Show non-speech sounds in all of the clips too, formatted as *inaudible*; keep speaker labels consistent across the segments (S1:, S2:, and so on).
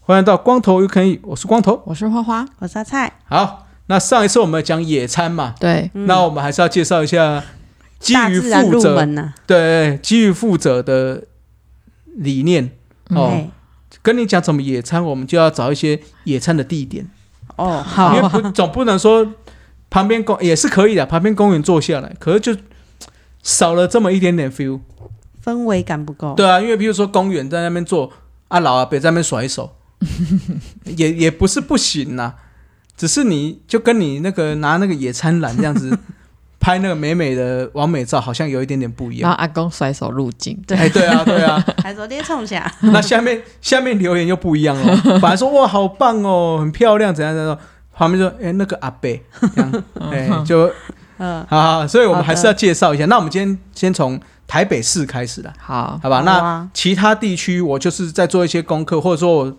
S1: 欢迎到光头又肯以，我是光头。
S2: 我是花花，
S3: 我是阿菜，
S1: 好，那上一次我们讲野餐嘛，
S2: 对，
S3: 嗯
S1: 那我们还是要介绍一下基
S3: 大
S1: 于
S3: 自然
S1: 负
S3: 入
S1: 责，
S3: 门啊呐、
S1: 对，基于负责的理念哦。
S3: 哎
S1: 跟你讲怎么野餐，我们就要找一些野餐的地点，
S3: 哦，
S2: 好
S1: 因为不总不能说旁边公也是可以的，旁边公园坐下来，可是就少了这么一点点 feel。
S3: 氛围感不够。
S1: 对啊，因为比如说公园在那边坐，啊老啊别在那边甩手，也也不是不行呐、只是你就跟你那个拿那个野餐篮这样子拍那个美美的完美照，好像有一点点不一样。
S2: 然
S3: 啊
S2: 后阿公甩手入境，
S1: 哎、对啊，对啊，
S3: 还说你
S1: *laughs*
S3: 冲下，
S1: 那下面下面留言又不一样了，本来说哇好棒哦，很漂亮，怎样怎样，旁边说哎、那个阿贝这样，哎、就
S3: 嗯，
S1: 啊，所以我们
S3: 好的
S1: 还是要介绍一下。那我们今天先从台北市开始啦，
S2: *laughs* 好，
S1: 好吧？
S3: 好
S1: 那
S3: 啊
S1: 其他地区我就是在做一些功课，或者说我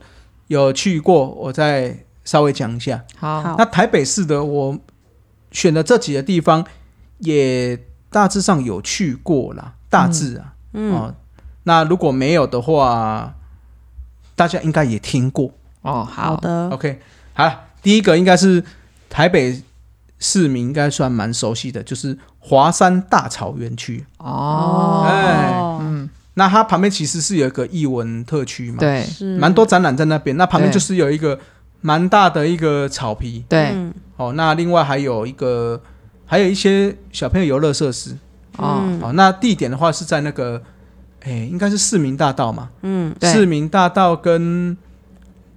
S1: 有去过，我再稍微讲一下。
S2: 好，
S3: 好
S1: 那台北市的我选的这几个地方，也大致上有去过啦，大致啊，
S3: 嗯
S1: 哦，那如果没有的话，大家应该也听过。
S2: 哦，
S3: 好
S2: 好，
S3: 的，
S1: OK，好了，第一个应该是台北市民应该算蛮熟悉的，就是华山大草原区。
S2: 哦，
S1: 哎
S2: 嗯，
S1: 那它旁边其实是有一个艺文特
S3: 嗯
S1: 区嘛，，
S2: 对
S3: 是
S1: 蛮多展览在那边。那旁边
S2: 对
S1: 就是有一个蛮大的一个草皮，
S2: 对，
S3: 嗯
S1: 哦，那另外还有一个，还有一些小朋友游乐设施。
S2: 哦，
S3: 嗯
S1: 哦，那地点的话是在那个，哎、应该是市民大道嘛，
S3: 嗯，
S1: 市
S2: 对，
S1: 民大道跟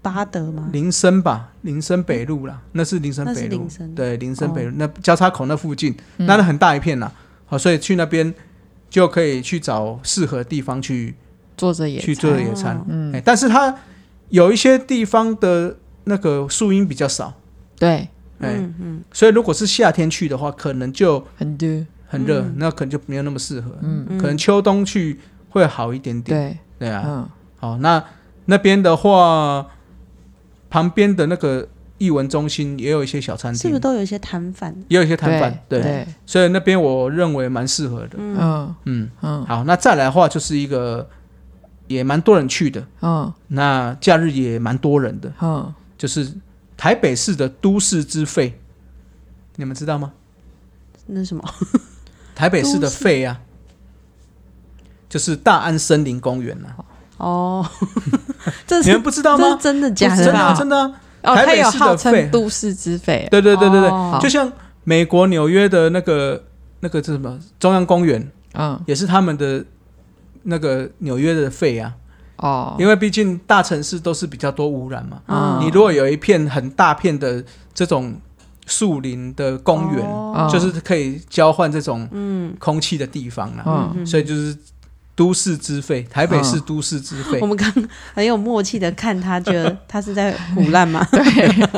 S3: 巴德吗？
S1: 林森吧，林森北路啦，那是林森
S3: 嗯那是
S1: 北路
S3: 林，森
S1: 对，林森
S3: 哦
S1: 北路、那交叉口那附近，
S2: 嗯
S1: 那那很大一片啦，好、所以去那边就可以去找适合的地方去
S2: 坐着也
S1: 去做野餐，
S3: 哦
S1: 哎、
S2: 嗯，
S1: 但是它有一些地方的那个树荫比较少，
S2: 对，
S1: 哎、
S3: 嗯嗯，
S1: 所以如果是夏天去的话，可能就
S2: 很热，
S1: 很热，
S3: 嗯
S1: 那可能就没有那么适合，
S2: 嗯，
S3: 嗯
S1: 可能秋冬去会好一点点，
S2: 对，
S1: 对啊，
S2: 嗯，
S1: 好，那那边的话，旁边的那个艺文中心也有一些小餐
S3: 是不
S1: 厅
S3: 是，都有一些摊贩？
S1: 也有一些摊贩，对，
S2: 对，
S1: 所以那边我认为蛮适合的。
S3: 嗯，
S2: 嗯
S1: 嗯，
S2: 嗯
S1: 好，那再来的话就是一个也蛮多人去的，
S2: 嗯
S1: 那假日也蛮多人的，
S2: 嗯，
S1: 就是台北市的都市之肺，你们知道吗？
S3: 那什么，
S1: 台北市的肺啊，就是大安森林公园
S3: *laughs*
S1: 啊， *laughs*
S3: 哦，这
S1: 你
S3: 是
S1: 们不知道
S3: 这是
S1: 吗？
S3: 真的假
S1: 真
S3: 的
S1: 的啊
S3: 吧？
S1: 真的啊，
S2: 哦，
S1: 台
S2: 他
S1: 北
S2: 有
S1: 市的
S2: 号
S1: 肺
S2: 称都市之肺，
S1: 对对对对对，
S3: 哦
S1: 就像美国纽约的那个那个叫什么中央公园，
S2: 嗯，
S1: 也是他们的那个纽约的肺啊，
S2: 哦，
S3: 嗯
S1: 因为毕竟大城市都是比较多污染嘛。
S3: 哦
S2: 嗯
S1: 你如果有一片很大片的这种树林的公园，
S3: 哦
S1: 就是可以交换这种
S3: 嗯，
S1: 空气的地方啦，
S2: 嗯
S3: 嗯
S1: 所以就是都市之肺，台北市
S2: 嗯
S1: 都市之肺、
S3: 我们刚很有默契的看他，觉
S1: *laughs*
S3: 得他是在胡乱吗？
S2: 对，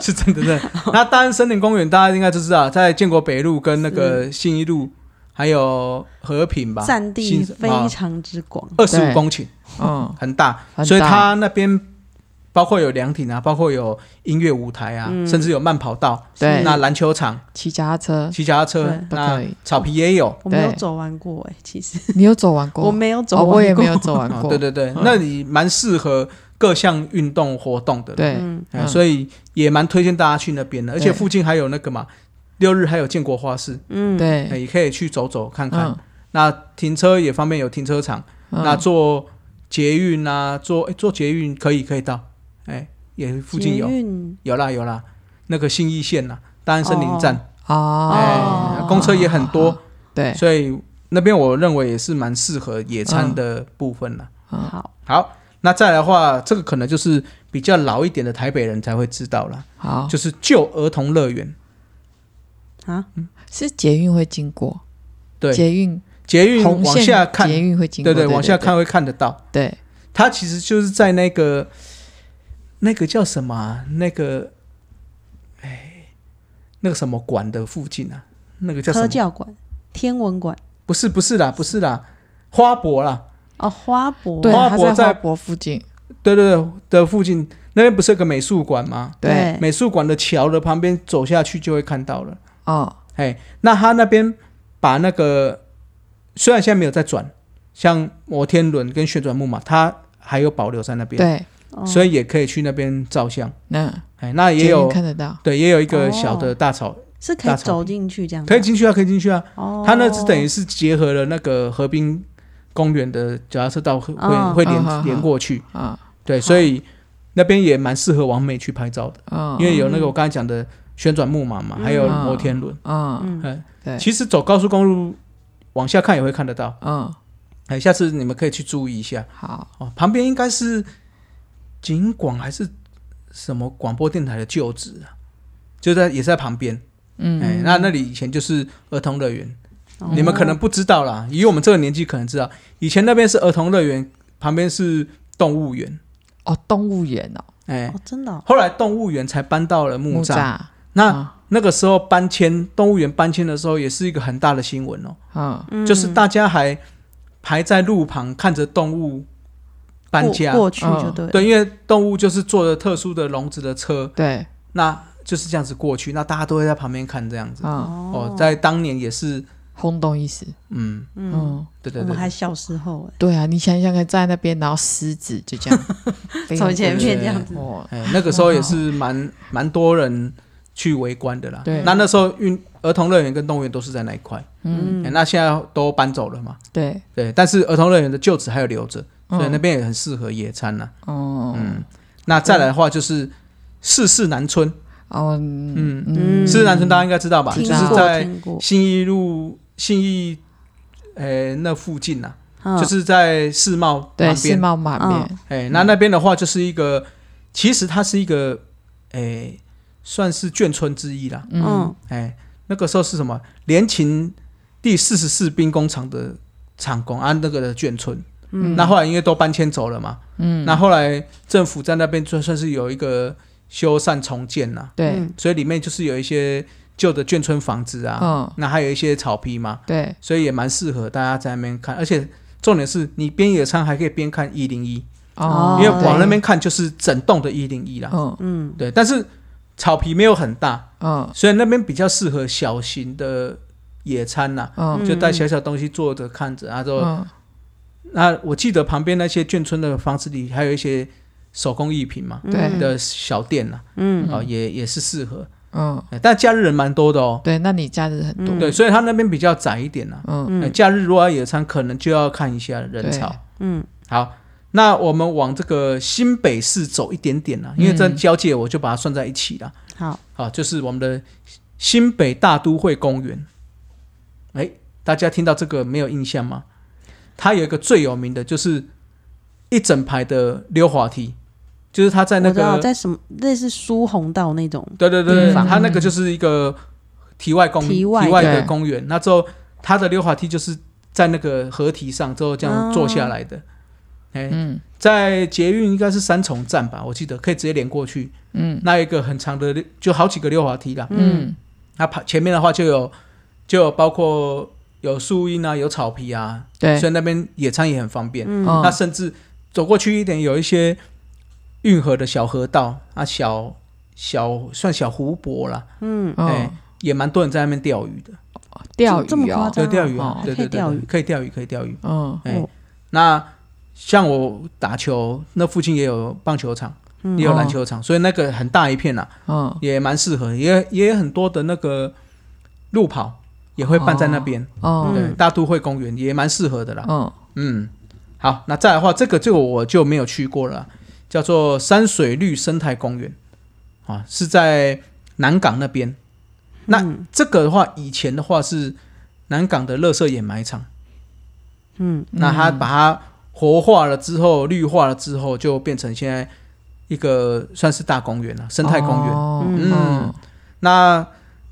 S1: 是真的真的。那大安森林公园大家应该都知道，在建国北路跟那个
S3: 嗯
S1: 信义路还有和平吧，
S3: 占地
S1: 新
S3: 非常之广，
S1: 二十五
S2: 对
S1: 公顷，
S2: 嗯，
S1: 很大，
S2: 很
S1: 所以
S2: 大
S1: 它那边包括有凉亭啊，包括有音乐舞台啊，
S3: 嗯
S1: 甚至有慢跑道，
S2: 对
S1: 那篮球场、
S2: 骑脚踏车，
S1: 骑脚踏车
S3: 对，
S2: 都可
S1: 那
S2: 以
S1: 草皮也有。
S3: 我没有
S2: 对
S3: 走完过哎，其实
S2: 你有走完过？
S3: 我没有走
S2: 哦，
S3: 完过，
S2: 我也没有走
S1: *laughs*
S2: 完
S1: 哦
S2: 过，
S1: 对对对，那里蛮适合各项运动活动的，
S2: 对，
S3: 嗯，
S1: 哎
S2: 嗯
S1: 所以也蛮推荐大家去那边的。而且
S2: 对
S1: 附近还有那个嘛，六日还有建国花市，
S3: 嗯，
S2: 对
S1: 哎，也可以去走走看看。
S2: 嗯
S1: 那停车也方便，有停车场。
S2: 嗯
S1: 那坐捷运啊，坐、诶坐捷运可以可以到，哎、也附近有
S3: 捷运
S1: 有啦有啦，那个信义线呐、大安森林站，哎、
S2: 哦，
S1: 公车也很多，
S2: 对，
S1: 所以那边我认为也是蛮适合野餐的部分啦。
S2: 嗯
S3: 好，
S1: 好，那再来的话，这个可能就是比较老一点的台北人才会知道啦，
S2: 好，
S1: 就是旧儿童乐园。
S3: 啊，
S2: 是捷运会经过，
S1: 对，
S2: 捷运
S1: 捷运
S2: 红
S1: 往
S2: 线
S1: 下看，
S2: 捷
S1: 对
S2: 运会经过，
S1: 对
S2: 对，
S1: 往下看，会看得到。
S2: 对，
S1: 它其实就是在那个那个叫什么啊、那个哎那个什么馆的附近啊，那个叫什
S3: 科
S1: 么？
S3: 教馆、天文馆，
S1: 不是不是啦，不是啦，花博啦，
S3: 哦，花博，
S2: 对，
S1: 花
S2: 它
S1: 博
S2: 在
S1: 在
S2: 花博附近，
S1: 对对对的附近那边不是有个美术馆吗？
S2: 对，
S1: 美术馆的桥的旁边走下去就会看到了。
S2: 哦，
S1: 哎，那他那边把那个虽然现在没有在转，像摩天轮跟旋转木马，它还有保留在那边，
S2: 对，
S3: 哦
S1: 所以也可以去那边照相。
S2: 嗯，
S1: 哎，那也
S2: 捷运
S1: 有
S2: 看得到，
S1: 对，也有一个小
S2: 哦
S1: 的大草，
S3: 是可
S1: 大
S3: 以
S1: 草
S3: 走进去这样子，
S1: 可以进去啊，可以进去啊。
S3: 哦，
S1: 它那是等于是结合了那个河滨公园的脚踏车道会、
S3: 哦
S1: 会
S2: 哦好好
S1: 连连过去，
S2: 啊，
S1: 对，所以那边也蛮适合王美去拍照的，
S2: 嗯，
S1: 因为有那个我刚才讲的旋转木马嘛，还有摩天轮。
S2: 嗯，
S3: 嗯，
S1: 嗯，
S2: 对，
S1: 其实走高速公路往下看也会看得到，
S2: 嗯，
S1: 哎，下次你们可以去注意一下
S2: 好，
S1: 哦。旁边应该是景广还是什么广播电台的旧址啊？就在也是在旁边，哎，
S2: 嗯，
S1: 那那里以前就是儿童乐园，
S3: 哦
S1: 你们可能不知道啦，以我们这个年纪可能知道，以前那边是儿童乐园，旁边是动物园，
S2: 哦，动物园哦，
S1: 哎、
S3: 哦，真的哦
S1: 后来动物园才搬到了木
S2: 木
S1: 栅。
S2: 栅，
S1: 那、
S2: 啊
S1: 那个时候搬迁动物园搬迁的时候，也是一个很大的新闻哦、
S2: 嗯，
S3: 嗯
S1: 就是大家还排在路旁看着动物搬
S3: 过
S1: 家，嗯
S3: 过去就对了，
S1: 对，因为动物就是坐着特殊的笼子的车，
S2: 对，
S1: 那就是这样子过去，那大家都会在旁边看这样子。
S2: 嗯，
S1: 哦
S3: 哦，，
S1: 在当年也是，
S2: 轰动一时，
S1: 嗯，
S3: 嗯，
S2: 嗯，
S1: 对对
S3: 我
S1: 对
S3: 们还小时候哎，
S2: 对啊，你想想看，站在那边，然后狮子就
S1: *laughs*
S2: 这样飞
S3: 走
S2: 过
S3: 前
S2: 去
S3: 面这样子，
S2: 哦，
S1: 哎，那个时候也是蛮蛮多人去围观的啦。
S2: 对
S1: 那那时候运儿童乐园跟动物园都是在那一块、
S2: 嗯，
S1: 哎
S3: 嗯，
S1: 那现在都搬走了嘛。
S2: 对，
S1: 对，但是儿童乐园的旧址还有留着，所以
S2: 嗯
S1: 那边也很适合野餐呐、
S2: 哦，
S1: 嗯，那再来的话就是四四南村，
S2: 哦，
S1: 嗯，
S3: 嗯
S1: 四四南村大家应该知道吧？就
S3: 听
S1: 是
S3: 过
S1: 在
S3: 听过，
S1: 信义路信义，呃，那附近呐、
S3: 嗯
S1: 就是在世贸
S2: 对，
S1: 旁
S2: 世
S1: 边。
S2: 贸嗯马面，
S1: 哎，那那边的话就是一个，其实它是一个，哎，算是眷村之一啦。
S2: 嗯，
S3: 嗯
S1: 哎，那个时候是什么？联勤第四十四兵工厂的厂工啊，那个的眷村。
S3: 嗯
S1: 那后来因为都搬迁走了嘛，
S2: 嗯，
S1: 那后来政府在那边算算是有一个修缮重建呐、
S2: 对，
S3: 嗯
S1: 所以里面就是有一些旧的眷村房子啊，
S2: 嗯，
S1: 那还有一些草皮嘛，
S2: 对，
S1: 所以也蛮适合大家在那边看，而且。重点是你边野餐还可以边看一零一，
S2: 哦
S1: 因，为
S3: 对
S1: 往那边看就是整栋的一零一啦。
S2: 嗯
S3: 嗯
S1: 对，但是草皮没有很大，
S2: 嗯
S1: 所以那边比较适合小型的野餐啦，
S2: 嗯
S1: 就带小小东西坐着看着啊。就、
S2: 嗯，
S1: 那我记得旁边那些眷村的房子里还有一些手工艺品嘛
S2: 对
S1: 的小店啦，
S3: 嗯
S1: 啊、也也是适合。
S2: 嗯，
S1: 哎但假日人蛮多的哦，
S2: 对，那你假日很多，
S1: 对，所以他那边比较窄一点啦。
S2: 嗯
S1: 哎假日如果要野餐，可能就要看一下人潮。
S3: 嗯
S1: 好，那我们往这个新北市走一点点啦，因为在交界我就把它算在一起啦。
S3: 嗯好，
S1: 好，就是我们的新北大都会公园。哎，大家听到这个没有印象吗？它有一个最有名的就是一整排的溜滑梯，就是它在那
S3: 嗯我知道
S1: 个
S3: 在什么类似苏红道那种，
S1: 对对对，对
S2: 地方
S1: 它那个就是一个体外公
S3: 体外
S1: 的
S2: 对
S1: 公园。那之后它的溜滑梯就是在那个河堤上之后这样坐下来的。哎、
S2: 嗯
S1: 在捷运应该是三重站吧，我记得可以直接连过去。
S2: 嗯
S1: 那一个很长的溜，就好几个溜滑梯啦。
S2: 嗯
S1: 那旁前面的话就有就有包括有树荫啊，有草皮啊，
S2: 对
S1: 所，以那边野餐也很方便。
S3: 嗯
S2: 嗯
S1: 那甚至走过去一点，有一些运河的小河道啊，小小算小湖泊啦，
S3: 嗯，
S1: 哎
S2: 嗯，
S1: 也蛮多人在那边钓鱼的。
S2: 钓
S3: 这么
S2: 鱼
S3: 夸
S2: 哦，
S1: 对，
S3: 张啊？
S1: 钓鱼啊
S2: 哦，
S1: 对
S3: 哦可
S1: 对
S3: 以
S1: 对，
S3: 钓鱼
S1: 对可以钓鱼，可以钓鱼。
S2: 嗯
S1: 哎、
S3: 哦
S1: 那像我打球，那附近也有棒球场，
S3: 嗯
S1: 也有篮球场，所以那个很大一片啦、
S2: 嗯
S1: 也蛮适合，也也有很多的那个路跑也会办在
S3: 哦
S1: 那边，
S2: 嗯
S1: 对，大都会公园也蛮适合的啦。
S2: 嗯，
S1: 嗯，好，那再来的话，这个就我就没有去过了啦，叫做山水绿生态公园，啊，是在南港那边。那
S3: 嗯
S1: 这个的话，以前的话是南港的垃圾掩埋场，
S3: 嗯
S1: 那它把它活化了之后，绿化了之后，就变成现在一个算是大公园了，生态公园。
S3: 哦
S2: 园嗯
S1: 那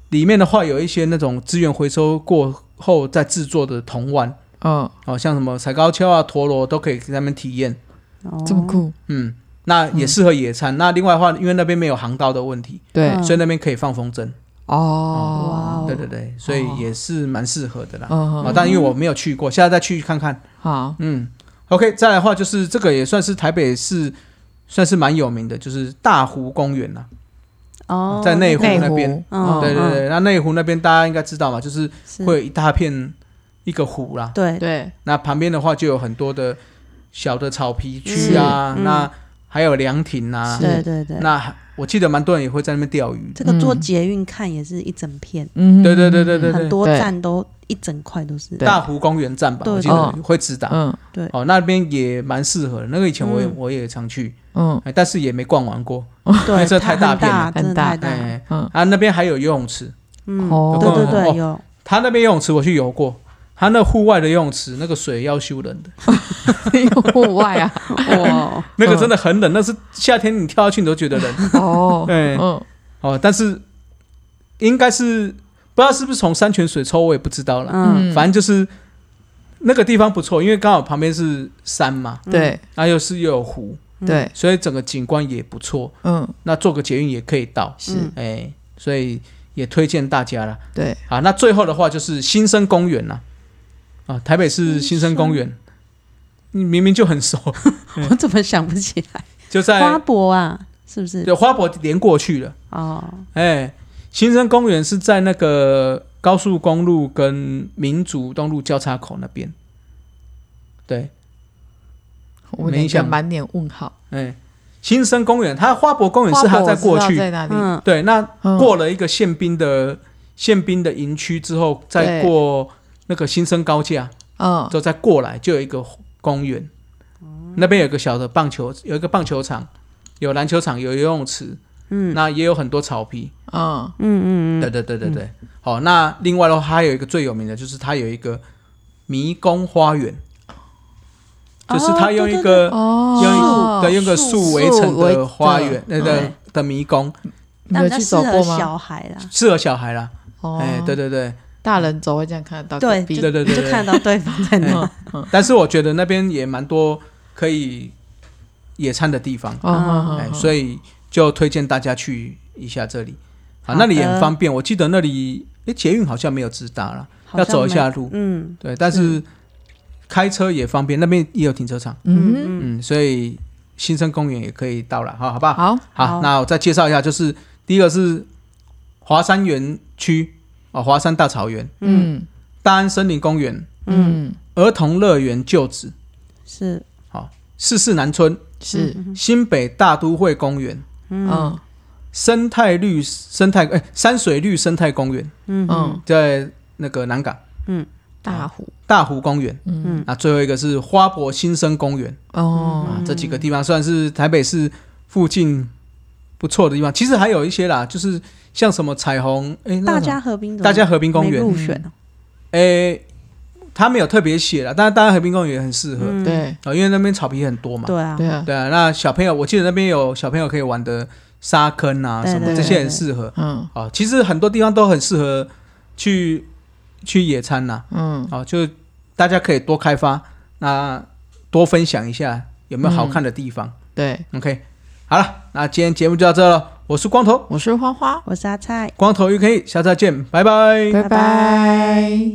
S1: 里面的话有一些那种资源回收过后再制作的铜碗，
S2: 嗯，
S1: 哦，像什么踩高跷啊、陀螺都可以在那边体验。
S3: 哦
S2: 这么酷，
S1: 嗯，那也适合野餐。那另外的话，因为那边没有航道的问题，
S2: 对，
S3: 嗯
S1: 所以那边可以放风筝。
S2: 哦，
S1: 对对对，所以也是蛮适合的啦。
S2: 嗯
S1: 啊，但因为我没有去过，下次再去看看。
S2: 好，
S1: 嗯，OK，再来的话就是这个也算是台北市算是蛮有名的，就是大湖公园啦。
S3: 哦，
S1: 在内湖
S2: 内
S1: 那
S2: 湖
S1: 边，
S3: 嗯
S2: 哦
S1: 对对对，那内湖那边大家应该知道嘛，就是
S3: 是
S1: 会有一大片一个湖啦，
S3: 对
S2: 对，
S1: 那旁边的话就有很多的小的草皮区啊，
S3: 嗯嗯
S1: 那还有凉亭啊，
S2: 是
S3: 对对对，
S1: 那我记得蛮多人也会在那边钓鱼的。
S3: 这个坐捷运看也是一整片，
S2: 嗯
S1: 对对对对对
S3: 很多
S2: 对
S3: 站都一整块都是。
S2: 对
S1: 大湖公园站吧，
S3: 对
S1: 我记得
S2: 嗯
S1: 会直达。
S2: 嗯
S1: 哦，那边也蛮适合的。那个以前我也、
S3: 嗯
S1: 我也常去， *laughs*
S2: 嗯 *laughs*
S1: 哎但是也没逛完过。
S3: 对，
S1: 这太
S3: 它
S1: 大
S3: 很
S1: 片了
S2: 很
S3: 大，真的
S2: 大
S3: 太大。
S1: 哎，
S2: 嗯，
S1: 啊，那边还有游泳池，
S3: 嗯，
S2: 哦
S3: 对对
S1: 哦 *laughs*
S3: 对，有
S1: 他那边游泳池我去游过，他那户外的游泳池那个水要修人的，
S2: 因为户外啊，
S3: 哦，
S1: 那个真的很冷，那是夏天你跳下去你都觉得冷。
S2: *laughs* 哦，
S1: 对，
S2: 嗯，
S1: 哦，但是应该是不知道是不是从山泉水抽，我也不知道啦。
S3: 嗯，
S1: 反正就是那个地方不错，因为刚好旁边是山嘛，
S2: 对
S1: 然后又是又有湖，
S3: 嗯
S2: 对，
S1: 所以整个景观也不错。
S2: 嗯，
S1: 那坐个捷运也可以到，
S2: 是
S1: 哎、所以也推荐大家啦。
S2: 对，
S1: 啊，那最后的话就是新生公园啦，啊，台北市新生公园，你明明就很熟， *laughs*
S2: 嗯
S3: 我怎么想不起来？
S1: 就 *laughs* 在
S3: 花博啊，是不是？
S1: 对花博连过去了。
S3: 哦，
S1: 哎、新生公园是在那个高速公路跟民族东路交叉口那边。对，
S2: 我
S1: 没
S2: 那
S1: 印象
S2: 个满脸问号，
S1: 哎、新生公园，它花博公园是
S2: 花
S1: 它
S2: 博
S1: 在
S2: 我知
S1: 过
S2: 道
S1: 去，
S2: 在哪里？
S3: 嗯，
S1: 对，那
S2: 嗯
S1: 过了一个宪兵的宪兵的营区之后，再
S2: 对
S1: 过那个新生高架，
S2: 嗯
S1: 之后再过来就有一个公园，那边有个小的棒球，有一个棒球场，有篮球场，有游泳池，嗯，那也有很多草皮，
S2: 嗯
S1: 对对对对对，好，那另外的话，还有一个最有名的就是它有一个迷宫花园，就是它用一个、
S2: 哦，
S1: 用一对用个树围成的花园，那个
S3: 对
S1: 的迷宫
S2: 你
S3: 那
S2: 有
S3: 比较
S2: 去
S3: 适
S2: 走
S3: 合
S2: 过吗？
S3: 小孩啦。
S1: 适合小孩啦，
S2: 哦
S1: 哎、对，对对，
S2: 大人走会这样看得到啊隔
S3: 对，
S2: 壁，
S1: 对对对
S3: 就
S1: 对
S3: 看得到对方在哪。
S2: 嗯嗯
S1: 但是我觉得那边也蛮多可以野餐的地方，
S2: 嗯
S1: 哎、
S2: 嗯，
S1: 所以就推荐大家去一下这里啊，
S3: 好
S1: 那里也很
S3: 的
S1: 方便，我记得那里哎捷运好像没有直达了，*laughs*
S3: 好
S1: 要
S3: 像
S1: 走一下
S3: 没
S1: 路，
S3: 嗯
S1: 对，但是开车也方便，那边也有停车场，
S2: 嗯，
S3: 嗯嗯，
S1: 嗯，所以新生公园也可哎以到了，好好不好？
S2: 好，
S1: 好，
S3: 好
S1: 那我再介绍一下，就是第一个是华山园区哦，华山大草原、
S2: 嗯
S1: 大安森林公园、
S2: 嗯，
S1: 儿童乐园旧址、
S3: 是
S1: 四四南村、
S2: 是，
S1: 新北大都会公园、
S2: 嗯
S1: 生态绿生态哎山水绿生态公园
S2: 嗯，
S1: 在那个南港
S2: 大湖，
S1: 大湖公园，
S2: 嗯
S1: 那最后一个是花博新生公园。
S2: 哦，
S1: 啊，
S3: 嗯
S1: 这几个地方算是台北市附近不错的地方。其实还有一些啦，就是像什么彩虹，哎、那
S3: 大
S1: 个什
S3: 家
S1: 么
S3: 和平怎么
S1: 大家和平公
S3: 没
S1: 园，
S3: 入选哦
S1: 哎、他没有特别写啦，但是大家和平公园也很适合啊、
S3: 嗯
S2: 对
S1: 因为那边草皮很多嘛。
S3: 对啊，
S2: 对啊，
S1: 对啊，那小朋友，我记得那边有小朋友可以玩的沙坑啊，
S3: 对
S1: 什么
S3: 对
S1: 这
S3: 对
S1: 些很
S3: 对
S1: 适合
S2: 嗯
S1: 啊。其实很多地方都很适合去去野餐呐、
S2: 嗯，
S1: 啊，就大家可以多开发，那多分享一下有没有好看的地方。
S2: 对，
S1: OK，好了，那今天节目就到这了。我是光头，
S2: 我是花花，
S3: 我是阿菜。
S1: 光头 UK，下次再见，拜拜。
S2: 拜拜。